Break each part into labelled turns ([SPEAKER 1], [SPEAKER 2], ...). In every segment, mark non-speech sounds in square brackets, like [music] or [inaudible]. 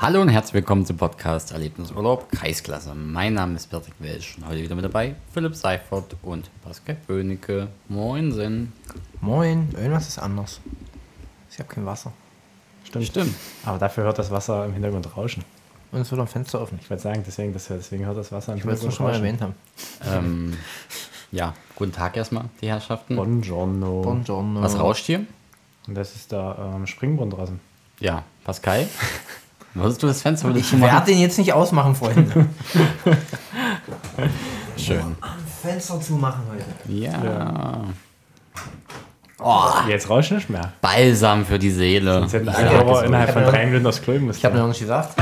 [SPEAKER 1] Hallo und herzlich willkommen zum Podcast Erlebnisurlaub Kreisklasse. Mein Name ist Patrick Welsch und heute wieder mit dabei Philipp Seifert und Pascal Böhnecke. Moinsen.
[SPEAKER 2] Moin, irgendwas ist anders. Ich habe kein Wasser.
[SPEAKER 3] Stimmt.
[SPEAKER 1] Stimmt.
[SPEAKER 3] Aber dafür hört das Wasser im Hintergrund rauschen.
[SPEAKER 2] Und es wird am Fenster offen.
[SPEAKER 3] Ich wollte sagen, deswegen, das, deswegen hört das Wasser im
[SPEAKER 2] Ich wollte es nur schon mal erwähnt haben.
[SPEAKER 1] Ähm, ja, guten Tag erstmal, die Herrschaften.
[SPEAKER 3] Buongiorno.
[SPEAKER 2] Buongiorno.
[SPEAKER 1] Was rauscht hier?
[SPEAKER 3] Und das ist der ähm, Springbrunnen draußen.
[SPEAKER 1] Ja, Pascal. Würdest du das Fenster wieder
[SPEAKER 2] Ich werde den jetzt nicht ausmachen,
[SPEAKER 3] [laughs]
[SPEAKER 2] Freunde.
[SPEAKER 1] Schön.
[SPEAKER 2] Fenster zumachen heute.
[SPEAKER 1] Ja. Oh,
[SPEAKER 3] Jetzt rauscht nicht mehr.
[SPEAKER 1] Balsam für die Seele.
[SPEAKER 3] Jetzt hätten
[SPEAKER 1] Ich
[SPEAKER 3] alle
[SPEAKER 1] sag
[SPEAKER 3] aber
[SPEAKER 1] es euch.
[SPEAKER 3] innerhalb von drei Minuten aufs Klo
[SPEAKER 2] Ich habe
[SPEAKER 3] müssen.
[SPEAKER 2] noch nicht gesagt.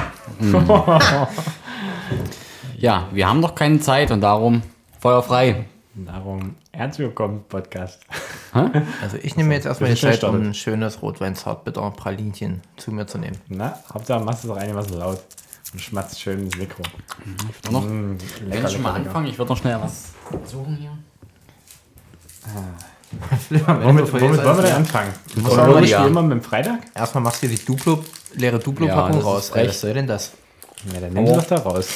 [SPEAKER 1] Ja, wir haben doch keine Zeit und darum Feuer frei.
[SPEAKER 3] Darum, herzlich willkommen, Podcast.
[SPEAKER 2] Also ich nehme mir jetzt erstmal
[SPEAKER 3] wir
[SPEAKER 2] die
[SPEAKER 3] sind
[SPEAKER 2] Zeit, um
[SPEAKER 3] schnell
[SPEAKER 2] ein schönes Rotwein-Zartbitter Pralinchen zu mir zu nehmen.
[SPEAKER 3] Na, Hauptsache machst du es rein, machst es laut. Und schmatzt schön ins Mikro.
[SPEAKER 1] Und noch,
[SPEAKER 3] Mm, lecker,
[SPEAKER 1] wenn ich schon mal
[SPEAKER 3] lecker,
[SPEAKER 1] anfangen, ich würde noch schnell was suchen hier.
[SPEAKER 3] lecker. Womit, womit wollen wir denn anfangen?
[SPEAKER 2] also auch
[SPEAKER 3] Wollen wir
[SPEAKER 2] mal
[SPEAKER 3] nicht
[SPEAKER 1] die-
[SPEAKER 3] wie immer mit dem Freitag?
[SPEAKER 2] Erstmal machst du die Duplo, leere Duplo-Packung
[SPEAKER 1] Ja, das ist
[SPEAKER 2] raus. Ey,
[SPEAKER 1] frech.
[SPEAKER 2] was soll denn das?
[SPEAKER 3] Ja, dann
[SPEAKER 2] oh.
[SPEAKER 3] nimm sie doch da raus.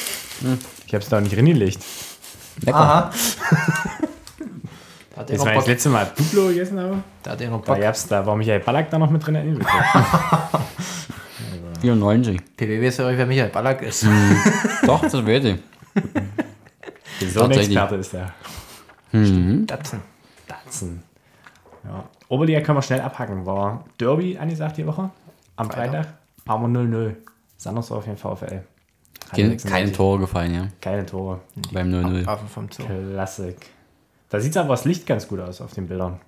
[SPEAKER 2] Hm.
[SPEAKER 3] Ich hab's da auch nicht reingelegt.
[SPEAKER 1] Lecker.
[SPEAKER 2] Da hat er
[SPEAKER 3] Jetzt
[SPEAKER 2] noch
[SPEAKER 3] war ich das
[SPEAKER 2] Bock.
[SPEAKER 3] letzte Mal Duplo gegessen habe.
[SPEAKER 2] Da hat er noch
[SPEAKER 3] Da
[SPEAKER 2] Bock.
[SPEAKER 3] gab's da, war Michael Ballack da noch mit
[SPEAKER 2] [laughs]
[SPEAKER 3] drin? Irgendwie so.
[SPEAKER 1] 94.
[SPEAKER 2] PBW ist ja euch, wer Michael Ballack ist.
[SPEAKER 3] Mhm.
[SPEAKER 1] Doch, das wird
[SPEAKER 2] [laughs]
[SPEAKER 1] sie.
[SPEAKER 3] So ein
[SPEAKER 1] Tatsächlich.
[SPEAKER 3] Experte ist der.
[SPEAKER 2] Datsen.
[SPEAKER 3] Datsen. Ja. Oberliga können wir schnell abhacken. War Derby angesagt die Woche. Am
[SPEAKER 2] Freitag.
[SPEAKER 3] Freitag. Aber 0-0. Sandersdorf gegen VfL.
[SPEAKER 1] Keine,
[SPEAKER 3] 36.
[SPEAKER 1] keine Tore gefallen, ja.
[SPEAKER 3] Keine Tore.
[SPEAKER 1] Beim 0-0.
[SPEAKER 2] Affen vom Zoo.
[SPEAKER 3] Klassik. Da sieht aber das Licht ganz gut aus auf den Bildern.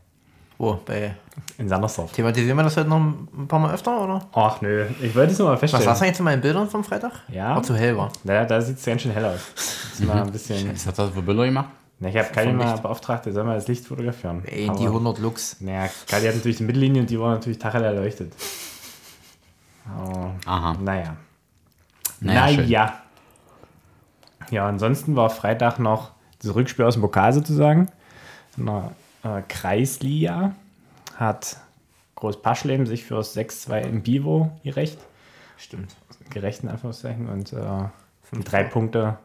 [SPEAKER 2] Oh, bei
[SPEAKER 3] In Sandersdorf.
[SPEAKER 2] Thematisieren wir das heute noch ein paar Mal öfter, oder?
[SPEAKER 3] Ach nö, ich wollte es nur mal
[SPEAKER 2] Was
[SPEAKER 3] feststellen.
[SPEAKER 2] sagst du eigentlich zu meinen Bildern vom Freitag?
[SPEAKER 3] Ja.
[SPEAKER 2] War zu hell war.
[SPEAKER 3] Naja, da sieht es ganz schön hell aus. Das ist mal ein
[SPEAKER 2] [laughs] ah.
[SPEAKER 3] bisschen.
[SPEAKER 1] Was hat das für Bilder gemacht?
[SPEAKER 3] Na, ich habe keinen
[SPEAKER 2] Vom
[SPEAKER 3] mal
[SPEAKER 2] Licht.
[SPEAKER 3] beauftragt, der soll mal das Licht fotografieren.
[SPEAKER 2] Ey,
[SPEAKER 3] Aber-
[SPEAKER 2] die 100 Lux.
[SPEAKER 3] Naja, Kali hat natürlich die Mittellinie und die war natürlich tachel erleuchtet. Aber,
[SPEAKER 2] Ah.
[SPEAKER 1] Aha.
[SPEAKER 3] Naja.
[SPEAKER 1] Naja, schön.
[SPEAKER 3] Naja. Ja, ansonsten war Freitag noch das Rückspiel aus dem Pokal sozusagen. In der äh, Kreisliga hat Groß Paschleben sich für das 6-2 im Bivo gerecht.
[SPEAKER 2] Stimmt.
[SPEAKER 3] Gerecht in Anführungszeichen. Und äh, drei Punkte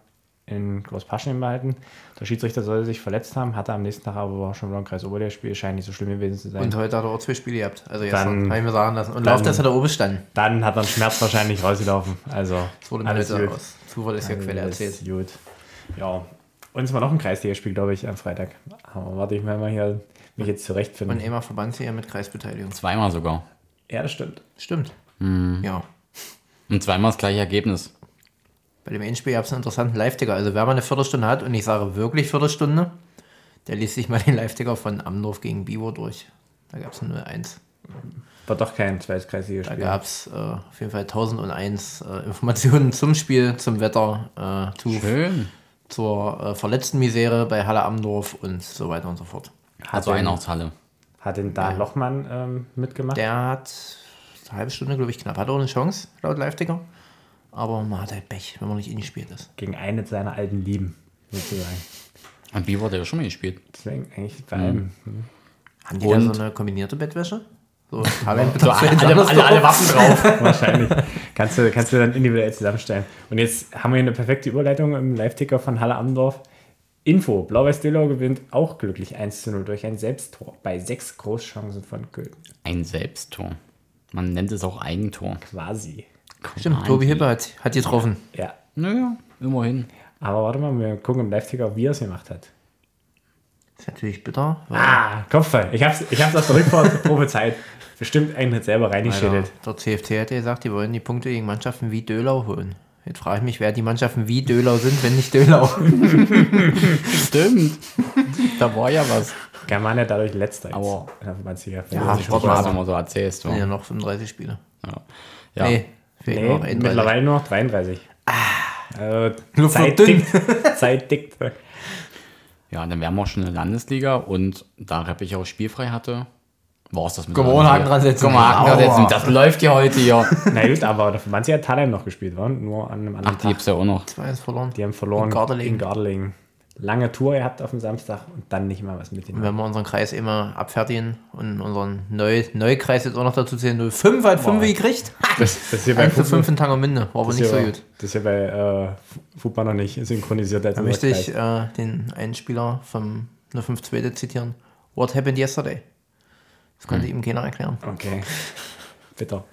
[SPEAKER 3] in Groß Paschleben behalten. Der Schiedsrichter sollte sich verletzt haben, hatte am nächsten Tag aber schon wieder ein Kreisoberliga-Spiel. Scheint nicht so schlimm gewesen zu sein.
[SPEAKER 2] Und heute hat er auch zwei Spiele gehabt. Also jetzt habe
[SPEAKER 3] Dann-
[SPEAKER 2] ich mir sagen lassen. Und Lauf, das hat er oben standen.
[SPEAKER 3] Dann hat er einen Schmerz wahrscheinlich rausgelaufen. Also,
[SPEAKER 2] Das wurde mir
[SPEAKER 3] alles
[SPEAKER 2] heute
[SPEAKER 3] gut.
[SPEAKER 2] aus zuverlässiger Quelle
[SPEAKER 3] Alles
[SPEAKER 2] erzählt.
[SPEAKER 3] gut. Ja. Uns war noch ein Kreisligaspiel, glaube ich, am Freitag. Aber warte, ich mal mal hier mich jetzt
[SPEAKER 2] Und
[SPEAKER 3] zurechtfinden.
[SPEAKER 2] Emma verband sie ja mit Kreisbeteiligung.
[SPEAKER 1] Zweimal sogar.
[SPEAKER 3] Ja, das stimmt.
[SPEAKER 2] Stimmt.
[SPEAKER 3] Mhm.
[SPEAKER 2] Ja.
[SPEAKER 1] Und zweimal das gleiche Ergebnis.
[SPEAKER 2] Bei dem Endspiel gab es einen interessanten Live-Ticker. Also wer mal eine Viertelstunde hat, und ich sage wirklich Viertelstunde, der liest sich mal den Live-Ticker von Amdorf gegen Biwo durch. Da gab es ein 0-1.
[SPEAKER 3] War doch kein zweites
[SPEAKER 2] Da
[SPEAKER 3] Kreisligaspiel.
[SPEAKER 2] gab es äh, auf jeden Fall 1001 äh, Informationen zum Spiel, zum Wetter, äh, zu,
[SPEAKER 1] Schön.
[SPEAKER 2] zur äh, verletzten Misere bei Halle Amdorf und so weiter und so fort.
[SPEAKER 1] Also
[SPEAKER 3] den-
[SPEAKER 1] eine aus Halle.
[SPEAKER 3] Hat denn da Lochmann ähm, mitgemacht?
[SPEAKER 2] Der hat eine halbe Stunde, glaube ich, knapp. Hat auch eine Chance, laut Live-Ticker. Aber man hat halt Pech, wenn man nicht ingespielt ist.
[SPEAKER 3] Gegen eine seiner alten Lieben, sozusagen.
[SPEAKER 1] Und wie wurde ja schon mal gespielt?
[SPEAKER 3] Deswegen eigentlich
[SPEAKER 2] Mhm.
[SPEAKER 3] bei allem.
[SPEAKER 2] Haben die da
[SPEAKER 1] Und?
[SPEAKER 2] so eine kombinierte Bettwäsche? So,
[SPEAKER 1] So,
[SPEAKER 2] so
[SPEAKER 1] alle, alle, alle, Waffen
[SPEAKER 2] [laughs]
[SPEAKER 1] drauf.
[SPEAKER 3] Wahrscheinlich. kannst, du, kannst du dann individuell zusammenstellen. Und jetzt haben wir hier eine perfekte Überleitung im Live-Ticker von Halle Amdorf. Info: Blau-Weiß-Dillau gewinnt auch glücklich 1 zu 0 durch ein Selbsttor bei sechs Großchancen von Köln.
[SPEAKER 1] Ein Selbsttor. Man nennt es auch Eigentor.
[SPEAKER 3] Quasi.
[SPEAKER 2] Stimmt, Tobi Hippe hat, hat die getroffen.
[SPEAKER 3] Ja.
[SPEAKER 1] Naja, immerhin.
[SPEAKER 3] Aber warte mal, wir gucken im Live-Ticker, wie er es gemacht hat.
[SPEAKER 2] Ist natürlich bitter. weil-
[SPEAKER 3] Ah, Kopfball. Ich hab's, ich hab's aus der
[SPEAKER 2] [laughs]
[SPEAKER 3] Rückfahrt prophezeit. Bestimmt einen hat selber reingeschädelt.
[SPEAKER 2] also Der CFT hat ja gesagt, die wollen die Punkte gegen Mannschaften wie Dölau holen. Jetzt frage ich mich, wer die Mannschaften wie Dölau sind, wenn nicht Dölau. [laughs]
[SPEAKER 1] Stimmt. da war ja was.
[SPEAKER 3] Germania dadurch letzter.
[SPEAKER 1] Aua.
[SPEAKER 3] jetzt in der Verbandsliga.
[SPEAKER 2] Ja,
[SPEAKER 1] Ich wollte mal, was du mal so erzählst.
[SPEAKER 2] Ja,
[SPEAKER 1] Ja.
[SPEAKER 2] noch 35 Spiele.
[SPEAKER 1] ja.
[SPEAKER 2] Nee, fehlen
[SPEAKER 3] Nee,
[SPEAKER 2] noch 31.
[SPEAKER 3] mittlerweile nur noch 33. Ah,
[SPEAKER 2] Luft
[SPEAKER 3] Zeit
[SPEAKER 2] wird dünn. [laughs]
[SPEAKER 3] tickt. Zeit tickt.
[SPEAKER 1] Ja, dann wären wir schon in der Landesliga und da Repp ich auch spielfrei hatte, war es das mit
[SPEAKER 2] Komm, ohne Haken dran setzen.
[SPEAKER 1] Komm, mal Haken dran setzen. Das läuft ja heute hier. [laughs]
[SPEAKER 3] Na gut, aber der Verbandsliga hat Thalheim noch gespielt, war? Nur an einem anderen
[SPEAKER 1] Ach, die
[SPEAKER 3] Tag.
[SPEAKER 1] gibt's ja auch noch.
[SPEAKER 2] Zwei ist verloren.
[SPEAKER 3] Die haben verloren
[SPEAKER 2] In Gardelegen.
[SPEAKER 3] in Gardelegen. lange Tour ihr habt auf dem Samstag und dann nicht mal was mit
[SPEAKER 2] Und
[SPEAKER 3] den
[SPEAKER 2] wenn wir unseren Kreis immer abfertigen und unseren Neu Neukreis jetzt auch noch dazu zählen, 05 hat 5
[SPEAKER 3] Boah.
[SPEAKER 2] gekriegt.
[SPEAKER 3] [laughs] Das, das hier
[SPEAKER 2] 1 zu 5
[SPEAKER 3] Fußball-
[SPEAKER 2] in Tangermünde, war aber
[SPEAKER 3] das
[SPEAKER 2] nicht so
[SPEAKER 3] hier,
[SPEAKER 2] gut.
[SPEAKER 3] Das hier bei äh, Fußball noch nicht synchronisiert. also Als
[SPEAKER 2] Da möchte ich
[SPEAKER 3] Kreis.
[SPEAKER 2] äh, den einen Spieler vom 05 Zweite zitieren. What happened yesterday? Das konnte
[SPEAKER 3] Hm.
[SPEAKER 2] ihm keiner erklären.
[SPEAKER 3] Okay. Bitter.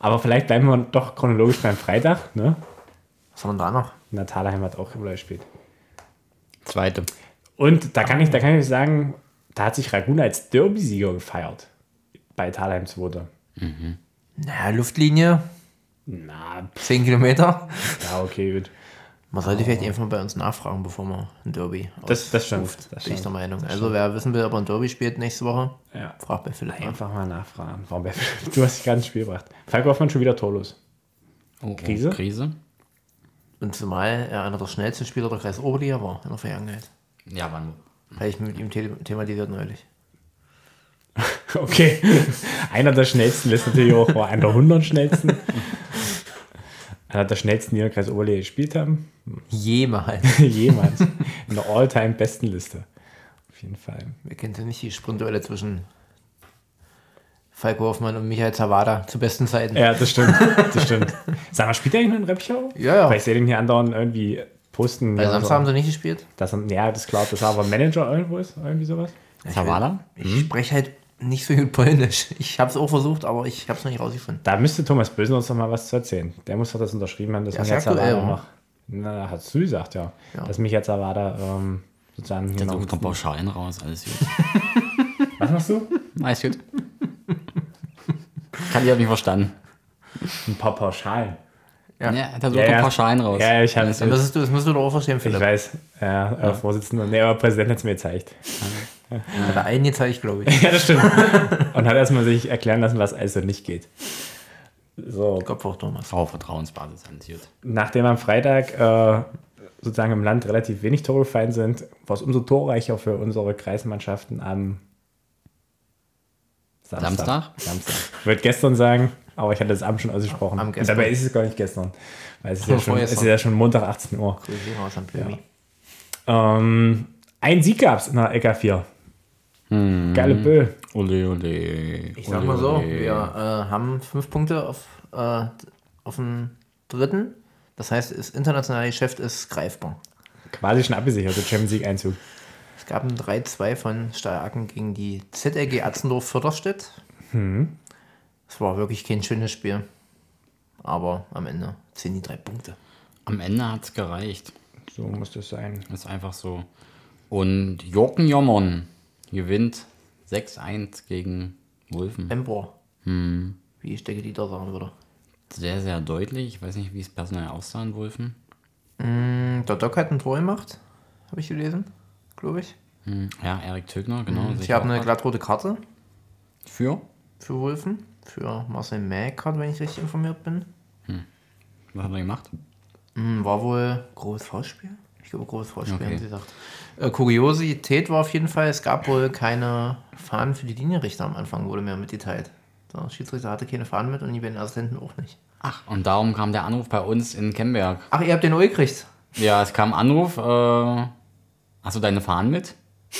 [SPEAKER 3] Aber vielleicht bleiben wir doch chronologisch beim Freitag, ne?
[SPEAKER 2] Was haben wir da noch?
[SPEAKER 3] Natalheim hat auch Roller gespielt.
[SPEAKER 1] Zweite.
[SPEAKER 3] Und da kann ich, da kann ich sagen, da hat sich Raguna als Derby-Sieger gefeiert. Bei Thalheim 2.
[SPEAKER 2] Naja, Luftlinie,
[SPEAKER 3] Na,
[SPEAKER 2] 10 Kilometer.
[SPEAKER 3] ja, okay, gut.
[SPEAKER 2] Man sollte vielleicht einfach mal bei uns nachfragen, bevor man ein Derby
[SPEAKER 3] Oh. Das, das stimmt. Das
[SPEAKER 2] bin ich der
[SPEAKER 3] stimmt.
[SPEAKER 2] Meinung. Also wer wissen will, ob er ein Derby spielt nächste Woche,
[SPEAKER 3] Ja.
[SPEAKER 2] fragt bei Philipp. nach.
[SPEAKER 3] Einfach mal nachfragen. Warum, [laughs] du hast dich gerade ins Spiel gebracht. Falk Hoffmann schon wieder torlos. [laughs]
[SPEAKER 1] Oh, oh,
[SPEAKER 3] Krise?
[SPEAKER 1] Krise.
[SPEAKER 2] Und zumal er einer der schnellsten Spieler der Kreis Oberliga war in der Vergangenheit.
[SPEAKER 1] Ja, wann?
[SPEAKER 2] Habe ich mit ihm the thematisiert neulich.
[SPEAKER 3] Okay. Einer der schnellsten lässt natürlich auch war einer der 100 schnellsten. Einer der schnellsten, die in der Kreis Oberliga gespielt haben.
[SPEAKER 2] Jemals.
[SPEAKER 3] [laughs] Jemals. In der All-Time-Bestenliste. Auf jeden Fall.
[SPEAKER 2] Wir kennen ja nicht die Sprintduelle zwischen Falco Hoffmann und Michael Zawada zu besten Zeiten.
[SPEAKER 3] Ja, das stimmt. Das stimmt. Sag mal, spielt er eigentlich noch in Repchau?
[SPEAKER 2] Ja, ja.
[SPEAKER 3] Weil ich sehe den hier andauernd irgendwie posten.
[SPEAKER 2] Bei
[SPEAKER 3] ja,
[SPEAKER 2] Samstag haben sie nicht gespielt.
[SPEAKER 3] Dass er, ja, das glaubt, dass er aber Manager irgendwo ist, irgendwie sowas.
[SPEAKER 1] Zavala?
[SPEAKER 2] Ich spreche halt nicht so gut Polnisch. Ich habe es auch versucht, aber ich habe es noch nicht rausgefunden.
[SPEAKER 3] Da müsste Thomas Bösen uns noch mal was zu erzählen. Der muss doch das unterschrieben haben, dass
[SPEAKER 2] Ja,
[SPEAKER 3] mich jetzt
[SPEAKER 2] ist aktuell,
[SPEAKER 3] Zawada
[SPEAKER 2] ne?
[SPEAKER 3] noch. Na, hast du gesagt, ja.
[SPEAKER 2] Ja.
[SPEAKER 3] Dass mich jetzt Zawada ähm, sozusagen. hier
[SPEAKER 1] Jetzt
[SPEAKER 3] noch-
[SPEAKER 1] kommt noch Pauschalen raus, alles gut.
[SPEAKER 3] Was machst du?
[SPEAKER 1] [laughs] Alles gut. Kann ich auch nicht verstanden.
[SPEAKER 3] Ein paar Pauschalen.
[SPEAKER 2] Ja.
[SPEAKER 1] Ja, da sucht
[SPEAKER 3] Ja,
[SPEAKER 1] doch
[SPEAKER 3] ja.
[SPEAKER 1] Pauschalen raus.
[SPEAKER 3] Ja, ja, ich habe
[SPEAKER 1] Alles
[SPEAKER 2] Das,
[SPEAKER 3] es. Ich
[SPEAKER 2] müsstest du, das musst du doch auch verstehen, Philipp.
[SPEAKER 3] weiß, ja, euer Vorsitzender, nee, euer Präsident hat es mir gezeigt.
[SPEAKER 2] Hat er einen gezeigt, glaube ich.
[SPEAKER 3] Ja, das stimmt. Und hat erstmal sich erklären lassen, was also nicht geht. So,
[SPEAKER 2] Kopf hoch, Thomas.
[SPEAKER 1] Frau Vertrauensbasis, alles gut.
[SPEAKER 3] nachdem am Freitag äh, sozusagen im Land relativ wenig Tore gefallen sind, war es umso torreicher für unsere Kreismannschaften am
[SPEAKER 1] Samstag?
[SPEAKER 3] Samstag. Ich würde gestern sagen, aber ich hatte das Abend schon ausgesprochen.
[SPEAKER 2] Am
[SPEAKER 3] Und
[SPEAKER 2] gestern.
[SPEAKER 3] dabei ist es gar nicht gestern, weil es ist [laughs] ja schon, es ist
[SPEAKER 2] Vorgestern.
[SPEAKER 3] ja schon Montag 18 Uhr.
[SPEAKER 2] Grüße raus an Plümi.
[SPEAKER 3] Ähm, ein Sieg gab es in der LK4. Geile Böll.
[SPEAKER 1] Ole, ole.
[SPEAKER 2] Ich sag mal so, wir äh, haben fünf Punkte auf, äh, auf dem dritten. Das heißt, das internationale Geschäft ist greifbar.
[SPEAKER 3] Quasi schon abgesichert, der Champions League-Einzug.
[SPEAKER 2] Es gab ein 3-2 von Steyr-Acken gegen die ZLG Atzendorf-Förderstedt. Es war wirklich kein schönes Spiel. Aber am Ende zählen die drei Punkte.
[SPEAKER 1] Am Ende hat es gereicht.
[SPEAKER 3] So muss das sein.
[SPEAKER 1] Ist einfach so. Und Jorken Jommern gewinnt 6-1 gegen Wolfen.
[SPEAKER 2] Embor. Wie ich denke, die da sagen würde.
[SPEAKER 1] Sehr, sehr deutlich. Ich weiß nicht, wie es personell aussah in Wolfen.
[SPEAKER 2] Hm, Der Doc hat ein Tor gemacht, habe ich gelesen, glaube ich.
[SPEAKER 1] Hm. Ja, Erik Tögner, genau. sehe ich
[SPEAKER 2] Sie haben
[SPEAKER 1] auch
[SPEAKER 2] eine
[SPEAKER 1] was.
[SPEAKER 2] glattrote Karte.
[SPEAKER 1] Für?
[SPEAKER 2] für Wolfen, für Marcel Mäckert, wenn ich richtig informiert bin.
[SPEAKER 1] Was hat er gemacht?
[SPEAKER 2] Hm, War wohl großes Faustspiel? Ich glaube, großes Faustspiel,
[SPEAKER 1] Okay.
[SPEAKER 2] haben sie gesagt. Äh, Kuriosität war auf jeden Fall, es gab wohl keine Fahnen für die Linienrichter am Anfang, wurde mir mitgeteilt. Der Schiedsrichter hatte keine Fahnen mit und die beiden Assistenten auch nicht.
[SPEAKER 1] Ach, und darum kam der Anruf bei uns in Kemberg.
[SPEAKER 2] Ach, ihr habt den Ui gekriegt.
[SPEAKER 1] Ja, es kam ein Anruf. Äh, hast du deine Fahnen mit? [laughs]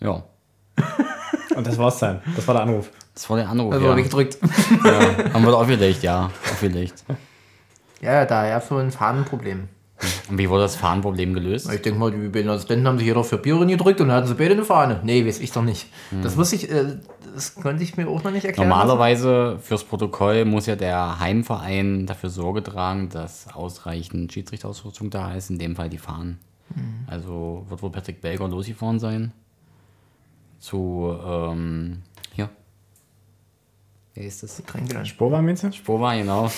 [SPEAKER 1] ja,
[SPEAKER 3] Und das war's dann. Das war der Anruf.
[SPEAKER 1] das war der Anruf.
[SPEAKER 2] Also
[SPEAKER 1] ja.
[SPEAKER 2] wurde gedrückt.
[SPEAKER 1] ja. Haben wir da aufgelegt, ja. Aufgelegt.
[SPEAKER 2] Ja, ja, da gab es wohl ein Fahnenproblem.
[SPEAKER 1] Und wie wurde das Fahnenproblem gelöst?
[SPEAKER 2] Ich denke mal, die beiden Assistenten haben sich jeder für Bier gedrückt und dann hatten sie beide eine Fahne. Nee, weiß ich doch nicht. Das wusste ich, äh, das konnte ich mir auch noch nicht erklären.
[SPEAKER 1] Normalerweise fürs Protokoll muss ja der Heimverein dafür Sorge tragen, dass ausreichend Schiedsrichterausrüstung da ist, in dem Fall die Fahnen. Also wird wohl Patrick Belger losgefahren sein. Zu, ähm, hier. Wer ist das?
[SPEAKER 2] Reingelassen.
[SPEAKER 3] Spur war meinst du?
[SPEAKER 1] Spova, [laughs] genau.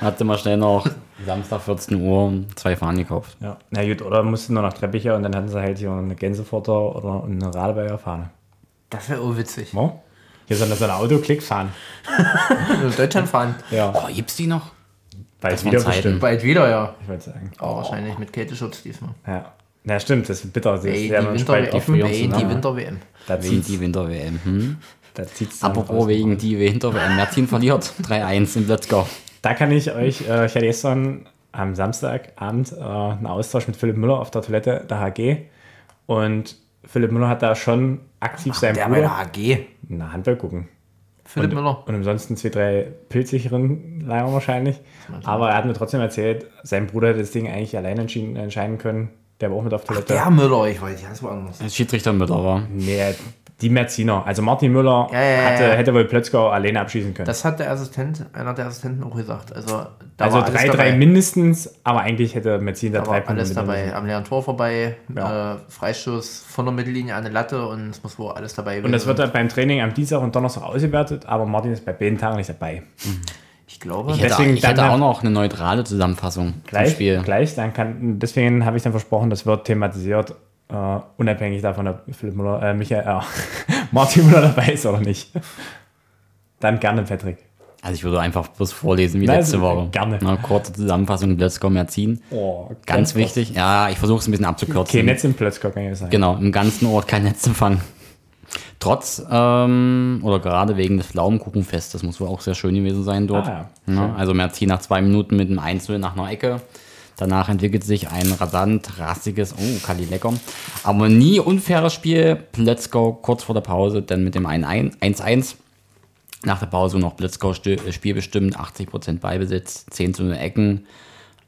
[SPEAKER 1] Hatte mal schnell noch Samstag 14 Uhr zwei Fahnen gekauft.
[SPEAKER 3] Ja. Na gut, oder mussten nur nach Treppicher und dann hatten sie halt hier eine Gänseforter oder eine Radeberger Fahne.
[SPEAKER 2] Das wäre urwitzig.
[SPEAKER 3] No? Hier sind das so eine Autoklick-Fahne.
[SPEAKER 2] Also Deutschland fahren.
[SPEAKER 3] Ja.
[SPEAKER 1] Oh, gibt's die noch?
[SPEAKER 3] Weil es
[SPEAKER 1] waren
[SPEAKER 3] wieder
[SPEAKER 1] Zeiten.
[SPEAKER 3] bestimmt.
[SPEAKER 2] Bald wieder, ja.
[SPEAKER 3] Ich wollte sagen.
[SPEAKER 2] Aber wahrscheinlich mit Kälteschutz diesmal.
[SPEAKER 3] Ja. Na stimmt, das ist bitter. Das
[SPEAKER 2] Ey,
[SPEAKER 3] ist
[SPEAKER 2] die
[SPEAKER 3] ja noch spalt offen.
[SPEAKER 1] frieren
[SPEAKER 2] Winter-WM. Ey,
[SPEAKER 1] zusammen.
[SPEAKER 2] die Winter-WM.
[SPEAKER 3] ne? Da
[SPEAKER 1] Wie
[SPEAKER 3] zieht's,
[SPEAKER 1] die Winter-WM. Hm?
[SPEAKER 3] da zieht's dann
[SPEAKER 1] Apropos
[SPEAKER 3] raus.
[SPEAKER 1] wegen [laughs] die Winter-WM. Martin verliert 3-1 in Plötzkau.
[SPEAKER 3] Da kann ich euch, äh, ich hatte gestern am Samstagabend äh, einen Austausch mit Philipp Müller auf der Toilette der HG. Und Philipp Müller hat da schon aktiv seinen
[SPEAKER 2] Der bei der
[SPEAKER 3] Bruder
[SPEAKER 2] AG.
[SPEAKER 3] na, Handball gucken.
[SPEAKER 2] Philipp
[SPEAKER 3] und,
[SPEAKER 2] Müller.
[SPEAKER 3] Und ansonsten zwei, drei pilzigeren Leier wahrscheinlich. Aber er hat mir trotzdem erzählt, sein Bruder hätte das Ding eigentlich alleine entschieden, entscheiden können. Der war auch mit auf Toilette.
[SPEAKER 2] Der Müller, ich weiß, ja, das war anders.
[SPEAKER 1] Als Schiedsrichter mit, aber
[SPEAKER 3] Nee, die Merziner. Also Martin Müller
[SPEAKER 2] Ja, ja, ja,
[SPEAKER 3] hatte,
[SPEAKER 2] ja.
[SPEAKER 3] hätte wohl Plötzkau alleine abschießen können.
[SPEAKER 2] Das hat der Assistent, einer der Assistenten auch gesagt. Also, da
[SPEAKER 3] also
[SPEAKER 2] war alles
[SPEAKER 3] 3-3
[SPEAKER 2] dabei.
[SPEAKER 3] mindestens, aber eigentlich hätte Merziner
[SPEAKER 2] Da
[SPEAKER 3] da
[SPEAKER 2] war
[SPEAKER 3] drei Punkte
[SPEAKER 2] alles
[SPEAKER 3] mit
[SPEAKER 2] dabei.
[SPEAKER 3] drin.
[SPEAKER 2] Am leeren Tor vorbei,
[SPEAKER 3] Ja.
[SPEAKER 2] äh, Freistoß von der Mittellinie an die Latte und es muss wohl alles dabei
[SPEAKER 3] Und
[SPEAKER 2] gewesen
[SPEAKER 3] das wird
[SPEAKER 2] sein.
[SPEAKER 3] halt beim Training am Dienstag und Donnerstag ausgewertet, aber Martin ist bei beiden Tagen nicht dabei.
[SPEAKER 2] Ich glaube,
[SPEAKER 1] ich hätte,
[SPEAKER 3] Deswegen
[SPEAKER 1] ich hätte
[SPEAKER 3] dann-
[SPEAKER 1] auch noch eine neutrale Zusammenfassung zum
[SPEAKER 3] Gleich,
[SPEAKER 1] Spiel.
[SPEAKER 3] gleich dann kann, deswegen habe ich dann versprochen, das wird thematisiert, äh, unabhängig davon, ob Philipp Müller, äh, Michael, äh, [laughs] Martin Müller dabei ist oder nicht. Dann gerne, Patrick.
[SPEAKER 1] Also ich würde einfach bloß vorlesen wie
[SPEAKER 3] Nein,
[SPEAKER 1] letzte
[SPEAKER 3] also,
[SPEAKER 1] Woche.
[SPEAKER 3] gerne.
[SPEAKER 1] Eine kurze Zusammenfassung, Plötzkau Merzin.
[SPEAKER 3] Oh,
[SPEAKER 1] Ganz wichtig. Ja, ich versuche es ein bisschen
[SPEAKER 3] Okay,
[SPEAKER 1] abzukürzen.
[SPEAKER 3] Netz im Plötzkau kann ich sagen.
[SPEAKER 1] Genau, im ganzen Ort kein Netzempfang. Trotz ähm, oder gerade wegen des Pflaumenkuchenfests, das muss wohl auch sehr schön gewesen sein dort.
[SPEAKER 3] Ah,
[SPEAKER 1] ja. also Merzi nach zwei Minuten mit einem 1 nach einer Ecke. Danach entwickelt sich ein rasant, rassiges, oh, Kali lecker, aber nie unfaires Spiel. Plötzkau kurz vor der Pause, dann mit dem 1-1. 1-1. Nach der Pause noch äh, Blitzkau spielbestimmt, 80% Ballbesitz, 10 zu 0 Ecken,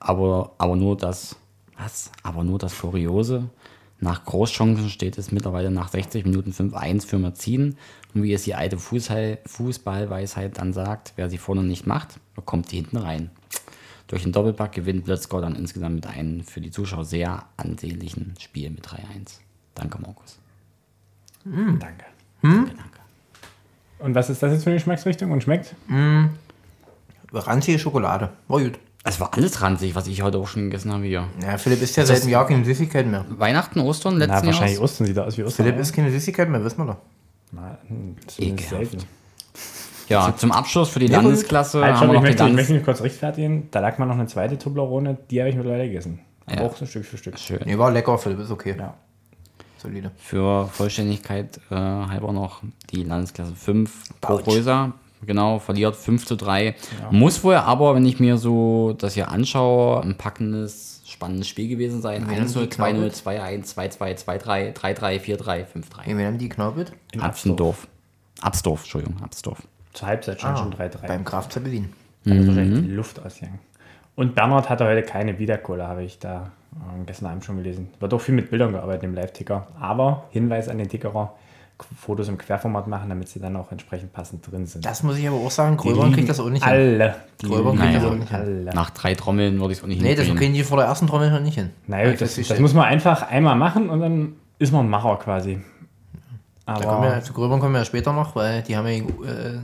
[SPEAKER 1] aber, aber nur das, was? Aber nur das Kuriose. Nach Großchancen steht es mittlerweile nach 60 Minuten 5-1 für Merzin. Und wie es die alte Fußball Fußballweisheit dann sagt, wer sie vorne nicht macht, bekommt sie hinten rein. Durch den Doppelpack gewinnt Blitzkau dann insgesamt mit einem für die Zuschauer sehr ansehnlichen Spiel mit 3-1. Danke, Markus.
[SPEAKER 3] Danke. Hm?
[SPEAKER 1] Danke, danke.
[SPEAKER 3] Und was ist das jetzt für eine Geschmacksrichtung und schmeckt?
[SPEAKER 2] ranzige Schokolade. War gut.
[SPEAKER 1] Es war alles ranzig, was ich heute auch schon gegessen habe hier.
[SPEAKER 2] Ja, Philipp ist ja seit einem Jahr keine Süßigkeit mehr.
[SPEAKER 1] Weihnachten, Ostern, letzten
[SPEAKER 3] Na, wahrscheinlich
[SPEAKER 1] Jahres.
[SPEAKER 3] Ostern sieht er aus wie Ostern.
[SPEAKER 2] Philipp ist keine Süßigkeit mehr, wissen wir doch.
[SPEAKER 3] Na, hm, zumindest
[SPEAKER 1] Ekelhaft.
[SPEAKER 3] selten.
[SPEAKER 1] Ja, zum Abschluss für die Landesklasse
[SPEAKER 3] Halt,
[SPEAKER 1] haben
[SPEAKER 3] stopp,
[SPEAKER 1] wir noch die
[SPEAKER 3] ich, möchte, ich
[SPEAKER 1] Landes
[SPEAKER 3] möchte mich kurz rechtfertigen. Da lag mal noch eine zweite Toblerone, die habe ich mittlerweile gegessen. Aber
[SPEAKER 1] Ja.
[SPEAKER 3] auch so Stück für Stück.
[SPEAKER 1] Schön.
[SPEAKER 2] Nee, war lecker, Philipp ist okay.
[SPEAKER 3] Ja.
[SPEAKER 2] Solide.
[SPEAKER 1] Für Vollständigkeit äh, halber noch die Landesklasse 5
[SPEAKER 2] Pouch.
[SPEAKER 1] Größer. Genau, verliert 5 zu 3. Muss wohl aber, wenn ich mir so das hier anschaue, ein packendes, spannendes Spiel gewesen sein. 1-0,
[SPEAKER 2] Wen haben die
[SPEAKER 1] 2-0,
[SPEAKER 2] geknallt?
[SPEAKER 1] 2-1, 2-2, 2-3, 3-3, 4-3, 5-3.
[SPEAKER 2] Wen haben die geknabbelt?
[SPEAKER 1] Absendorf. Absdorf, Entschuldigung, Absdorf.
[SPEAKER 3] Zur Halbzeit stand
[SPEAKER 2] Ah.
[SPEAKER 3] schon 3-3.
[SPEAKER 2] Beim Graf Zeppelin.
[SPEAKER 3] Da ist wahrscheinlich die Also Luft ausgegangen. Und Bernhard hatte heute keine Wiederkohle, habe ich da ähm, gestern Abend schon gelesen. Wird auch viel mit Bildern gearbeitet im Live-Ticker. Aber Hinweis an den Tickerer, Qu- Fotos im Querformat machen, damit sie dann auch entsprechend passend drin sind.
[SPEAKER 2] Das muss ich aber auch sagen, Gröbern kriegt das auch nicht hin.
[SPEAKER 3] alle. Die
[SPEAKER 2] Gröbern
[SPEAKER 3] liegen
[SPEAKER 2] kriegt das
[SPEAKER 1] Naja.
[SPEAKER 2] auch nicht hin.
[SPEAKER 3] alle.
[SPEAKER 1] Nach drei Trommeln würde ich es auch nicht
[SPEAKER 2] Nee, das
[SPEAKER 1] hinkriegen.
[SPEAKER 2] kriegen die vor der ersten Trommel schon nicht hin.
[SPEAKER 3] Naja,
[SPEAKER 2] Ich
[SPEAKER 3] das,
[SPEAKER 2] weiß,
[SPEAKER 3] das muss man einfach einmal machen und dann ist man ein Macher quasi.
[SPEAKER 2] Da kommen
[SPEAKER 3] Aber,
[SPEAKER 2] wir, zu Gröbern kommen wir ja später noch, weil die haben ja äh,